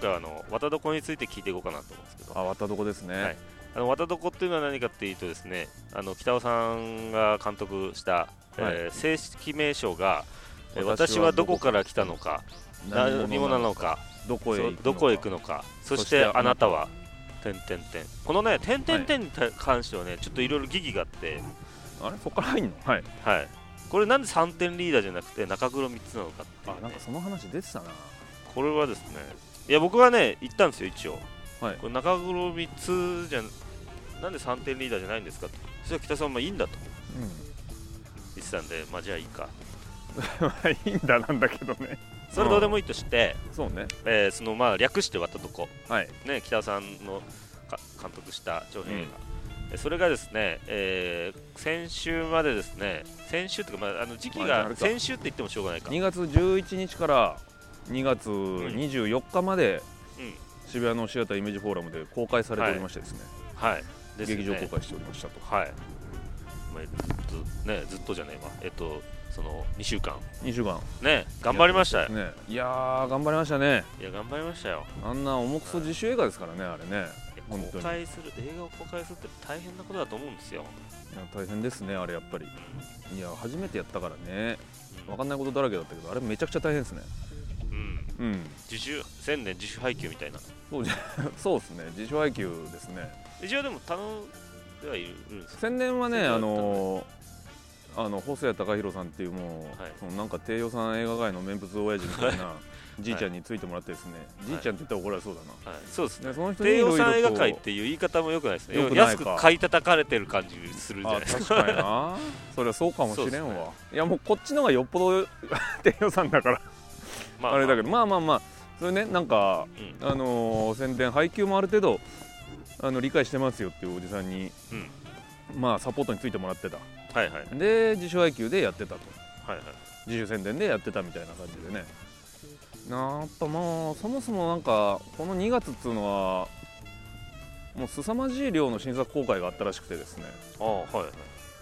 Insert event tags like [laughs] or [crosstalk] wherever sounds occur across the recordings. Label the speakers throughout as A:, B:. A: 回はあの渡床について聞いていこうかなと思うんですけど
B: あ渡床ですね、
A: はいあの渡床っていうのは何かっていうとですねあの北尾さんが監督した、えー正式名称が「えー私はどこから来たのか何者なのか
B: どこへ
A: そ
B: 行
A: う
B: くの
A: どこへ行くのかそし
B: そしてて
A: あなたは」点点点このね点点点に対関してはねちょっといろいろ疑義があって、
B: あれそこから入んのはい
A: はい、これなんで3点リーダーじゃなくて中黒3つなのかってい
B: あ
A: うね、
B: なんかその話出てたな
A: これはですねいや僕はね行ったんですよ一応、
B: はい
A: これ中黒3つじゃなんで3点リーダーじゃないんですかとそしたら北さんもいいんだと言ってたんでまあじゃあいいか [laughs]
B: うんまあいいんだなんだけどね
A: それどうでもいいとして、
B: そうね
A: えーそのまあ略して渡床
B: はい
A: ね北さんのか監督した長編映画、えそれがですね、えー先週までですね先週というか、まあ、あの時期
B: まああ
A: が
B: れか
A: 先週って言ってもしょうがないか
B: 2月11日から2月24日まで、
A: うん
B: 渋谷のシアターイメージフォーラムで公開されておりましてですね、
A: はいですよね
B: 劇場公開しておりましたと
A: はい、まあ、ずっとねずっとじゃないわえっとその2週間
B: 2週間
A: ね頑張りましたよ
B: ねいやー頑張りましたね
A: いや頑張りましたよ
B: あんな重くそ自主映画ですからねあれね
A: いや
B: 本
A: 公
B: 当に
A: 開する映画を公開するって大変なことだと思うんですよ、
B: いや大変ですねあれやっぱりいや初めてやったからね
A: うん
B: 分かんないことだらけだったけどあれめちゃくちゃ大変ですね
A: うん、 [laughs]
B: うん
A: 自主千年自主配給みたいな
B: そうじゃそうですね自主配給ですね
A: 一応でも頼んではいるんですよ
B: 宣伝は
A: 宣
B: ね
A: 伝だった
B: あ
A: んだ
B: のーあの細谷貴弘さんっていうもう、
A: はい
B: そのなんか低予算映画界の面物親父みたいなじいちゃんについてもらってですね、じいちゃんって言ったら怒られそうだな、
A: はい、そうですね
B: でその人に
A: 低
B: い
A: 予
B: ろいろ
A: 算映画
B: と
A: 界っていう言い方もよくないですね
B: 良くないか
A: 安く買い叩かれてる感じするじゃな
B: あ
A: いですか
B: 確かにな
A: [laughs]
B: それはそうかもしれん
A: そう
B: わ、
A: っすね
B: いやもうこっちのがよっぽど [laughs] 低予算だから
A: ま
B: あれだけどまあまあまあそれねなんか
A: うん
B: あのー宣伝配給もある程度あの理解してますよっていうおじさんに、まあサポートについてもらってた
A: はいはいはい
B: で自主配給でやってたと
A: はい
B: 自主宣伝でやってたみたいな感じでねなあとまあそもそもなんかこの2月っつうのはもう凄まじい量の新作公開があったらしくてですね
A: ああはいはい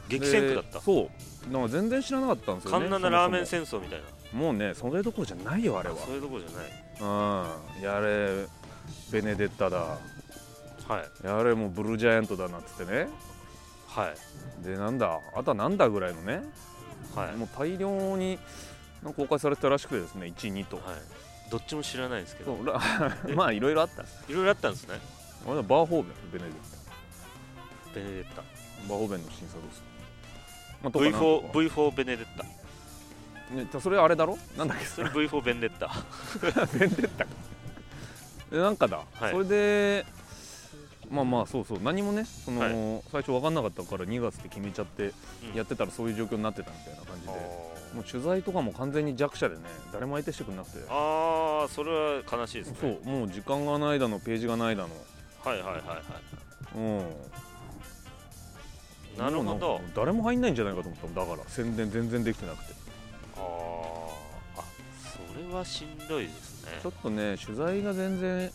A: 激戦区だっ
B: で
A: た
B: そうなんか全然知らなかったんですよね
A: カンナナラーメン
B: そも
A: 戦争みたいな
B: そももうねそれどころじゃないよあれ
A: そういうとこじゃない
B: はうんやれベネデッタだ
A: はい
B: やれもうブルージャイアントだなっつってね
A: はい
B: でなんだあとはなんだぐらいのね
A: はい、
B: もう大量になんか公開されてたらしくてですね12と
A: はい、どっちも知らないんですけ
B: そ
A: ど
B: うら [laughs] まあいろいろあった
A: いろいろあったんですね
B: あれだバーホーベンベネデッタ
A: ベネデッタ
B: バーホーベンの新作です、まあとかなんとか
A: V4, V4 ベネデッタ
B: ねたそれあれだろなんだっけ
A: それ V4 ベネデ
B: [laughs]
A: ッタ
B: ベンデッタえなんかだ、
A: はい
B: それでまあまあそうそう何もねその、
A: はい
B: 最初分かんなかったから2月って決めちゃって
A: うん
B: やってたらそういう状況になってたみたいな感じで、も
A: あ
B: う取材とかも完全に弱者でね誰も相手してくれなくて
A: あーそれは悲しいですね
B: そうもう時間がないだのページがないだの
A: はいはいはいは
B: うん
A: いなるほ
B: もう
A: ど
B: なんか誰も入んないんじゃないかと思ったもんだから宣伝全然できてなくて
A: あーあそれはしんどいですね
B: ちょっとね取材が全然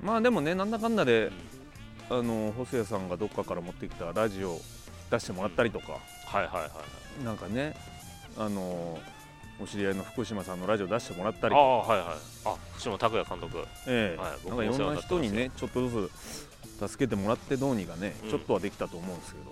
B: まあでもねなんだかんだで
A: うん
B: あの細谷さんがどっかから持ってきたラジオ出してもらったりとか、
A: はいはいはいはい
B: なんかねあのお知り合いの福島さんのラジオ出してもらったり
A: あ、あはいはいあ福島拓也監督
B: ええ
A: はい僕
B: なん
A: も
B: かいろ
A: お世話
B: ん
A: に
B: な
A: なってますよ
B: 人にねちょっとずつ助けてもらってどうにかね、
A: うん
B: ちょっとはできたと思うんですけど、
A: う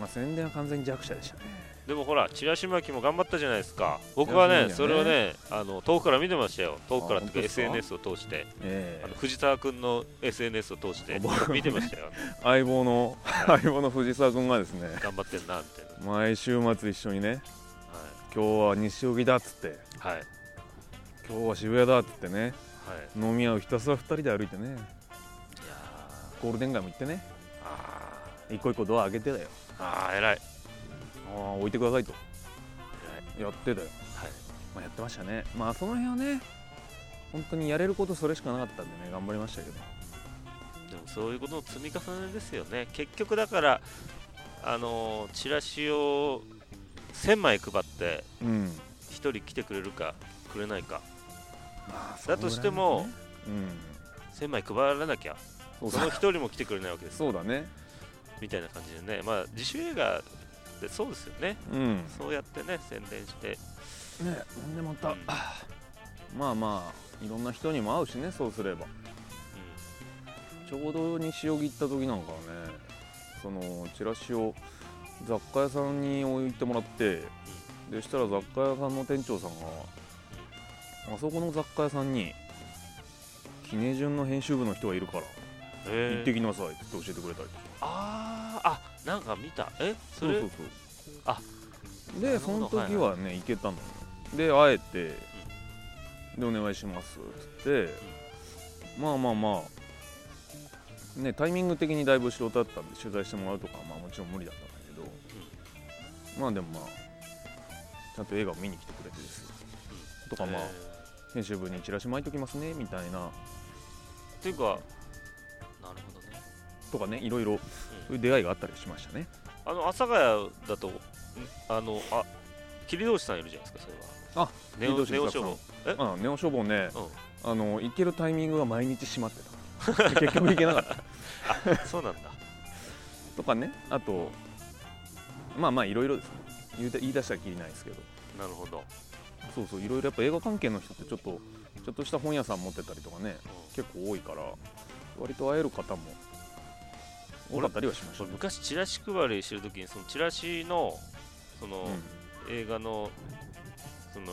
B: まあ、宣伝は完全に弱者でしたね
A: でもほらチラシ巻きも頑張ったじゃないですか僕はね
B: いやそ
A: そう
B: だ
A: れを
B: よね
A: ねあの遠くから見てましたよ遠くからっていうか
B: あ本当ですか
A: SNS を通して
B: え
A: あの
B: え
A: 藤沢君の SNS を通して
B: あ僕
A: 見てましたよ、 [laughs]
B: 相棒の相棒の藤沢君がですね
A: 頑張ってんなみたいな
B: 毎週末一緒にね今日は西荻だっつって
A: はいはい、はい、
B: 今日は渋谷だっつってね飲み屋をひたすら2人で歩いてね
A: いや
B: ゴールデン街も行ってね
A: ーあ
B: 一個一個ドア開けてだよ
A: ーあー偉い
B: ああ置いてくださいと
A: 偉い
B: やってた
A: はい
B: よ、まあ、やってましたねまあその辺はね本当にやれることそれしかなかったんでね頑張りましたけど
A: でもそういうことの積み重ねですよね結局だからあのーチラシを1000枚配って
B: うん
A: 1人来てくれるかくれないか
B: まあ
A: だとしても
B: そんぐらいね
A: 1000枚配らなきゃ
B: うん
A: そ
B: そう
A: の
B: だ
A: 1人も来てくれないわけです
B: そうだね
A: みたいな感じでねまあ自主映画ってそうですよね
B: うん
A: そうやってね宣伝して
B: ねほんでまた
A: うん
B: あまあまあいろんな人にも会うしねそうすればちょうど西荻行った時なんかはねそのチラシを雑貨屋さんに置いてもらってでしたら雑貨屋さんの店長さんがあそこの雑貨屋さんに記念順の編集部の人がいるから
A: え
B: 行ってきなさいって教えてくれたり
A: あーあなんか見たえそれ
B: そうそう
A: あ
B: そうで
A: なる
B: そ
A: ほ
B: の
A: ど
B: 時はね、行けたのよで会えて、でお願いしますっつって、まあまあまあねタイミング的にだいぶ後ろだったんで取材してもらうとかはまあもちろん無理だったんだけど、まあでもまあちゃんと映画を見に来てくれてですよ、とかまあ、
A: え
B: 編集部にチラシ巻いときますねみたいな
A: ーっていうかなるほどね
B: とかねいろいろそういう出会いがあったりしましたね
A: あの阿佐ヶ谷だとんあのあ切通さんいるじゃないですかそれは
B: あ
A: ネオ
B: 桐
A: ネ
B: 堂
A: オ
B: 志
A: 消
B: 作
A: 防え
B: さんうんネオ消防ね、
A: うん
B: あの行けるタイミングが毎日閉まってた結局行けな
A: [laughs]
B: かった
A: そうなんだ
B: とかねあとまあまあいろいろですね言うた言い出したらきりないですけど
A: なるほど、
B: そうそういろいろやっぱ映画関係の人ってちょっとちょっとした本屋さん持ってたりとかね
A: うん
B: 結構多いから割と会える方も多かったりはしました
A: 俺
B: ね、
A: 昔チラシ配りしてる時にそのチラシのその、映画のその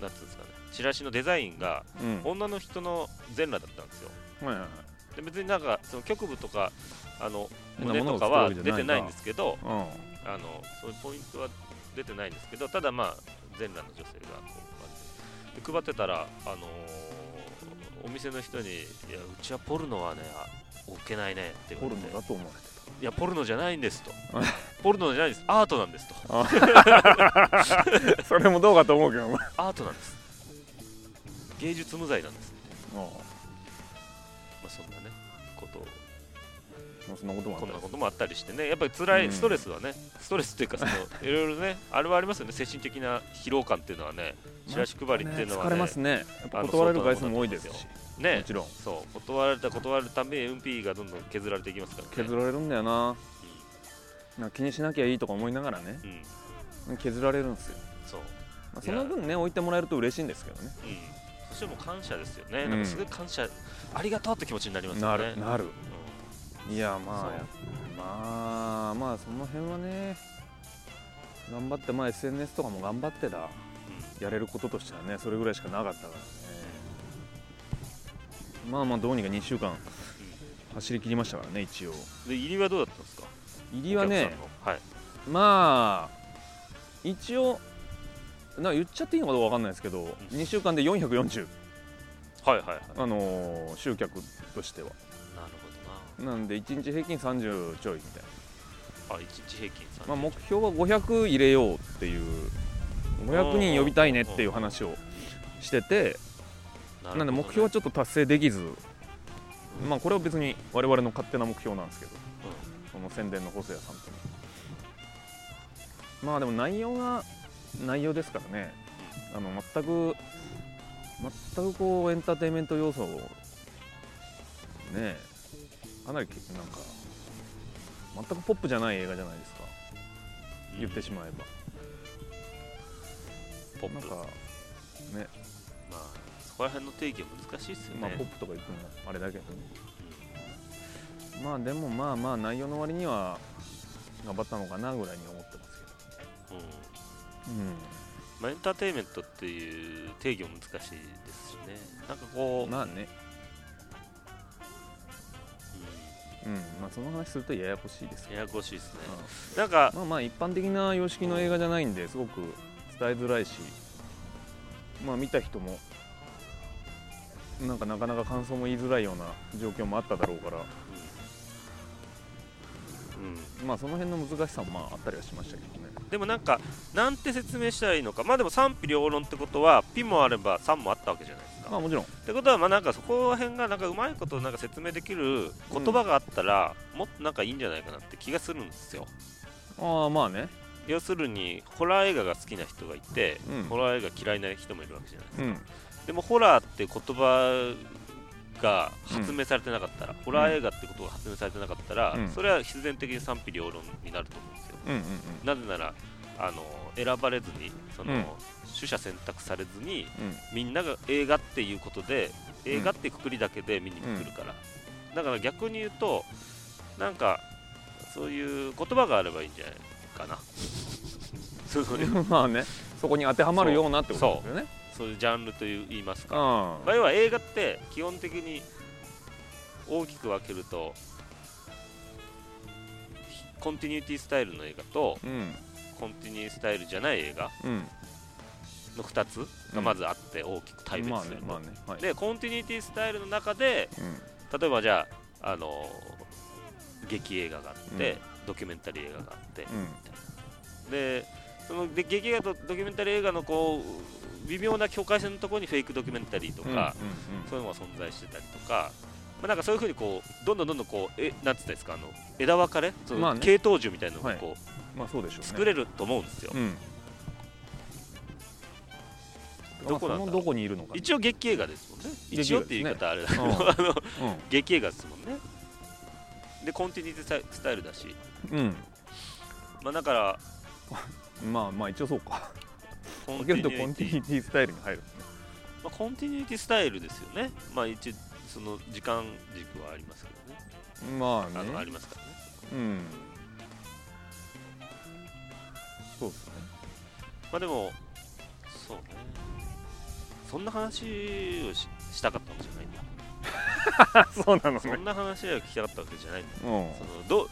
A: なんていうんですかねチラシのデザインが
B: うん、うん
A: 女の人の全裸だったんですよ
B: はいはいはい
A: で別になんかその局部とかあの
B: 変な
A: 胸
B: もの
A: とか
B: を作るわ
A: は
B: けじゃ
A: 出てないん
B: な
A: ですけど
B: うんは
A: あのそういうポイントは出てないんですけどただまあ全裸の女性がこう配ってで配ってたらあのーお店の人に「いやうちはポルノはねあ置けないね」って
B: い
A: 言
B: ホ
A: わ
B: ル
A: れて
B: ノだと思われて
A: いやポルノじゃないんですと
B: あ
A: [laughs] ポルノじゃないんですアートなんですと
B: た [laughs] それもどうかと思うけどまあ
A: アートなんです芸術無罪なんです
B: ま
A: まあ、そんなねことを
B: あそんなこともあ
A: こ
B: っ
A: ん
B: た
A: な
B: り
A: こともあったりしてねやっぱり辛
B: うん
A: いストレスはね、ストレスっていう
B: [laughs]
A: かそのいろいろねあれはありますよね精神的な疲労感っていうのはねチラシ配りっていうのは
B: 疲
A: ね
B: れますねやっぱ
A: あの
B: 断られる回数も多いですしも
A: ね
B: ちろん
A: そう断られた断るために MP がどんどん削られていきますからね
B: 削られるんだよななんか気にしなきゃいいとか思いながらね
A: うん、うん
B: 削られるんですよ、
A: そう、
B: まあ、その分ね置いてもらえると嬉しいんですけどね
A: うん、そしてもう感謝ですよね、
B: うん
A: なんかすごい感謝ありがとうって気持ちになりますよ
B: な
A: ね
B: るなる
A: う
B: いやま
A: そう
B: あまあまあその辺はね頑張ってまあ SNS とかも頑張ってだ
A: んうん
B: やれることとしてはねそれぐらいしかなかったからねまあまあどうにか2週間走り切りましたからね一応
A: で入りはどうだったんですか
B: 入りは
A: お
B: ね
A: 客さんのはい
B: まあ一応な言っちゃっていいのかどうかわかんないですけど2週間で440、
A: はいはいはい
B: あのー集客としては
A: なる
B: なんで1日平均30ちょいみたい
A: ほどなあ一日平均さん
B: な、まあ、目標は500入れようっていう500人呼びたいねっていう話をしてて
A: な
B: なんで目標はちょっと達成できずまあこれは別に我々の勝手な目標なんですけどその宣伝の細谷さんともまあでも内容が内容ですからねあの全く全くこうエンターテインメント要素をねえかなりけなんか全くポップじゃない映画じゃないですか言ってしまえば、
A: ポッ
B: なん
A: プ
B: かね
A: まあそこら辺の定義は難しいですよね、
B: まあ、ポップとか言ってもあれだけどねまあでもまあまあ内容の割には頑張ったのかなぐらいに思ってます
A: うん
B: けど、うん、
A: まあ、エンターテインメントっていう定義も難しいですしねなんかこう、
B: まあね、
A: う
B: うんまあ、その話するとややこしいです
A: ん
B: け
A: や
B: ど、
A: やこしいですね、
B: うん
A: なんか、
B: まあまあ一般的な様式の映画じゃないんですごく伝えづらいしまあ見た人もなんかなかなか感想も言いづらいような状況もあっただろうから
A: うん
B: まあその辺の難しさもまああったりはしましたけどね
A: でもなんかなんて説明したらいいのかまあでも賛否両論ってことはピもあれば賛もあったわけじゃないですか、
B: まあもちろん
A: ってことはまあなんかそこら辺がなんかうまいことなんか説明できる言葉があったら、もっとなんかいいんじゃないかなって気がするんですよ
B: ああまあね
A: 要するにホラー映画が好きな人がいて、
B: うん
A: ホラー映画嫌いな人もいるわけじゃないですか、
B: うん
A: でもホラーって言葉が発明されてなかったら、ホラー映画ってことが発明されてなかったら、
B: うん
A: それは必然的に賛否両論になると思うんですよ
B: うんうん
A: なぜならあの選ばれずにその、
B: うん
A: 取捨選択されずに
B: うん
A: みんなが映画っていうことで映画ってくくりだけで見に来るから、だから逆に言うとなんかそういう言葉があればいいんじゃないか
B: [laughs]
A: なそういう
B: まあねそこに当てはまるようなってことですよね
A: そういうジャンルという言います
B: う
A: か、
B: ん
A: まあ要は映画って基本的に大きく分けるとコンティニューティスタイルの映画と
B: うん
A: コンティニュースタイルじゃない映画
B: うん
A: の2つがまずあって大きく対別
B: まあ
A: す
B: ね
A: ると
B: まあねはい
A: でコンティニティスタイルの中で
B: うん
A: 例えばじゃあ、あのー劇映画があって、
B: うん
A: ドキュメンタリー映画があって、
B: うん
A: でそので劇映画とドキュメンタリー映画のこう微妙な境界線のところにフェイクドキュメンタリーとか、
B: うんうんうん
A: そういうのが存在してたりとか。まあ、なんかそういうふうにこうどんどんどんどんこうえなんつったんですかあの枝分かれそ
B: まあ
A: の
B: ね
A: 系統樹みたいなのが
B: はい
A: こ
B: まあそうでしょう
A: う
B: ね
A: 作れると思うんですよ、
B: うん
A: どこなんだ
B: まあそのどこにいるのか
A: 一応劇映画ですもんね
B: 劇
A: 一
B: 映
A: 応っ
B: 画で
A: て
B: すね
A: いう言い方あれだけど、
B: うん
A: [laughs] あの
B: 応
A: 劇映画ですもんねでコンティニティスタイルだし
B: うん
A: まあだから
B: うんまあまあ一応そうか
A: コ
B: だ
A: ン
B: け
A: ティニ
B: ど
A: ティ
B: コンティニティスタイルに入る
A: まあ、コンティニティスタイルですよねまあ一応その時間軸はありますけどね
B: まあ
A: あのあ
B: ね
A: りますからね
B: うんそうですね
A: まあでもそうねそんな話をししたかったわけじゃないんだ
B: あそうなの
A: [laughs] そんな話は聞きたかったわけじゃないんだ
B: うん
A: そのどう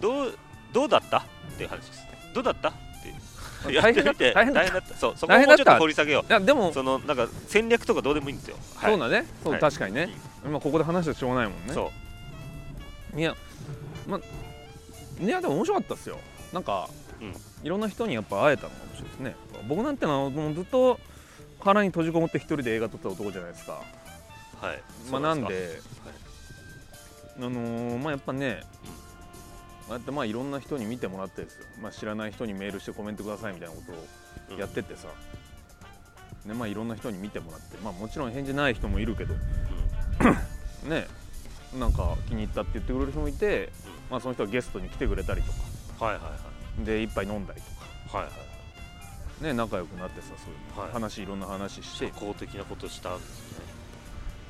A: どうどうだったっていう話ですねどうだったってやっ
B: 大
A: て
B: 変
A: み
B: だった
A: て
B: 大
A: 大変
B: 変だ
A: だ
B: っ
A: ったそうそこを
B: 大
A: も
B: 変だ
A: う
B: っ
A: ち
B: た
A: ょっと掘り下げよ
B: いやでも
A: うそのなんか戦略とかどうでもいいんですよ、はい、
B: そうだねそう、
A: はい
B: 確かにね、まあ、ここで話したらしょうがないもんね
A: そう
B: いやまあいやでも面白かったですよなんか、
A: うん
B: いろんな人にやっぱ会えたのかもしれないですね僕なんてのはもうずっと腹に閉じこもって一人で映画撮った男じゃないですか
A: はい
B: まあなんであのーまあやっぱね
A: うん
B: こうやってまあいろんな人に見てもらってですよ、まあ、知らない人にメールしてコメントくださいみたいなことを
A: うん
B: やってってさ、ねまあ、いろんな人に見てもらって、まあ、もちろん返事ない人もいるけど、ねなんか気に入ったって言ってくれる人もいて、
A: う
B: まあ、その人はゲストに来てくれたりとか
A: はいはいはい
B: で一杯飲んだりと
A: はいはい
B: か、ね、仲良くなってさそういう、
A: はい
B: 話いろんな話して
A: 社交的なことをしたんです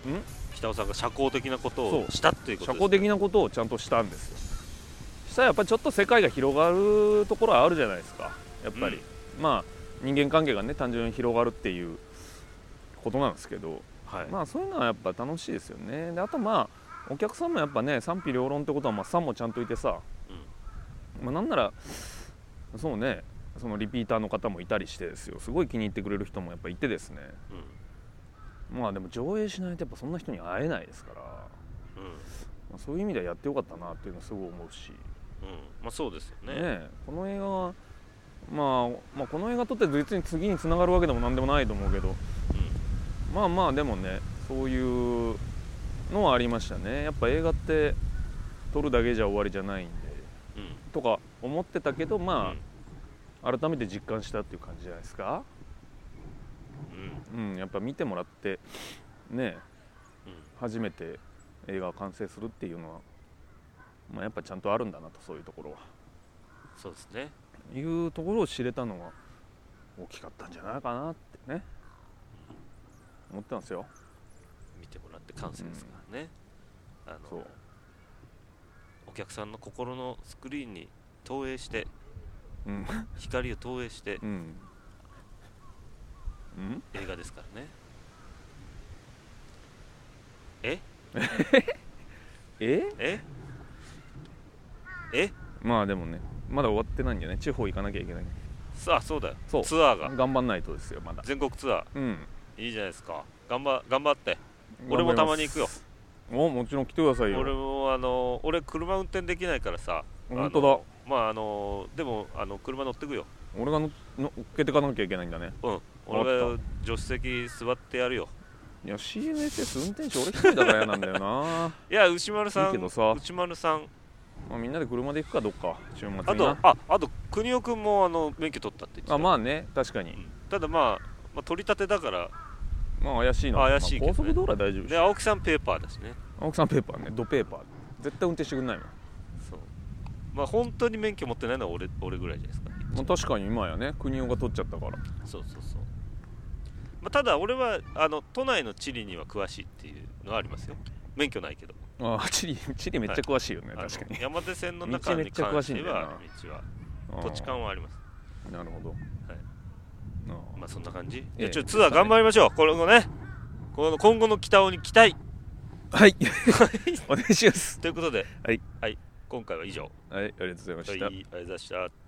A: ね
B: ん
A: 北尾さんが社交的なこと
B: そ
A: を
B: う
A: したっていうこと
B: 社交的
A: な
B: なことをちゃんとしたんですよしたらやっぱりちょっと世界が広がるところはあるじゃないですかやっぱり、まあ人間関係がね単純に広がるっていうことなんですけど、
A: はい、
B: まあそういうのはやっぱ楽しいですよねであとまあお客さんもやっぱね賛否両論ってことはまあさんもちゃんといてさ、まあ、なんならそうねそのリピーターの方もいたりしてですよすごい気に入ってくれる人もやっぱいてですね
A: う
B: まあでも上映しないとやっぱそんな人に会えないですから、
A: んうん
B: まあ、そういう意味ではやってよかったなっていうのはすごい思うし、
A: うんまあそうですよ
B: ね
A: ね
B: えこの映画は、まあ、まあこの映画とって別に次につながるわけでも何でもないと思うけどまあまあでもねそういうのはありましたねやっぱ映画って撮るだけじゃ終わりじゃないんで
A: うんうん
B: とか思ってたけど
A: う
B: ま
A: ん
B: あ、改めて実感したっていう感じじゃないですか
A: うん
B: うんやっぱ見てもらってね
A: うん
B: 初めて映画が完成するっていうのは、まあ、やっぱちゃんとあるんだなとそういうところは
A: そうですね
B: いうところを知れたのが大きかったんじゃないかなってね思ったんですよ
A: 見てもらって感性ですからね、あ
B: そ
A: の
B: う
A: お客さんの心のスクリーンに投影して
B: うん
A: 光を投影して
B: うん、うん、
A: 映画ですからねえ
B: え
A: ええ
B: まあでもねまだ終わってないんでね地方行かなきゃいけない
A: さあそうだよ
B: そう
A: ツアーが
B: 頑張んないとですよまだ
A: 全国ツア
B: うん
A: ーいいじゃないですか頑張頑張って俺もたまに行くよ
B: おもちろん来てくださいよ
A: 俺もあの俺車運転できないからさ
B: 本当だ
A: あのまああのでもあの車乗ってくよ
B: 俺がのの乗っけてかなきゃいけないんだね
A: うん
B: わかった
A: 俺が助手席座ってやるよ
B: いや CNSS 運転手俺一人だから嫌なんだよな、
A: いや牛丸さん
B: いいけどさ
A: 牛丸さん
B: まあ、みんなで車で行くかどっか週末にな
A: あとああと邦雄君もあの免許取ったって言ってた
B: あま
A: あ、
B: あね確かに
A: うんただまあ、まあ、取り立てだから
B: まあ怪しいの
A: 怪しいけどね
B: まあ高速道路は大丈夫で
A: で青木さんペーパーだしね
B: 青木さんペーパーねドペーパー絶対運転してくんないもん
A: そうまあ本当に免許持ってないのは俺俺ぐらいじゃないですか
B: まあ、確かに今やね国男が取っちゃったから
A: そうそうそう、まあ、ただ俺はあの都内の地理には詳しいっていうのはありますよ免許ないけど
B: ああ [laughs] 地理地理めっちゃ詳しいよね、
A: あの
B: 確かに
A: 山手線の
B: 道
A: 中
B: め
A: に
B: っちゃ詳
A: 関
B: しい
A: し
B: んだ
A: て
B: よな
A: は道は土地勘はあります
B: あーなるほど、あー
A: まあそんな感じ、
B: え
A: じゃ
B: え
A: あちょっとツアー頑張りましょう、これもねこの今後の北尾に期待
B: [laughs] はいお願いします
A: ということで、
B: はい
A: 今回は以上
B: はいありがとうござい
A: はい
B: ま
A: あ
B: し
A: り
B: た
A: がとうございました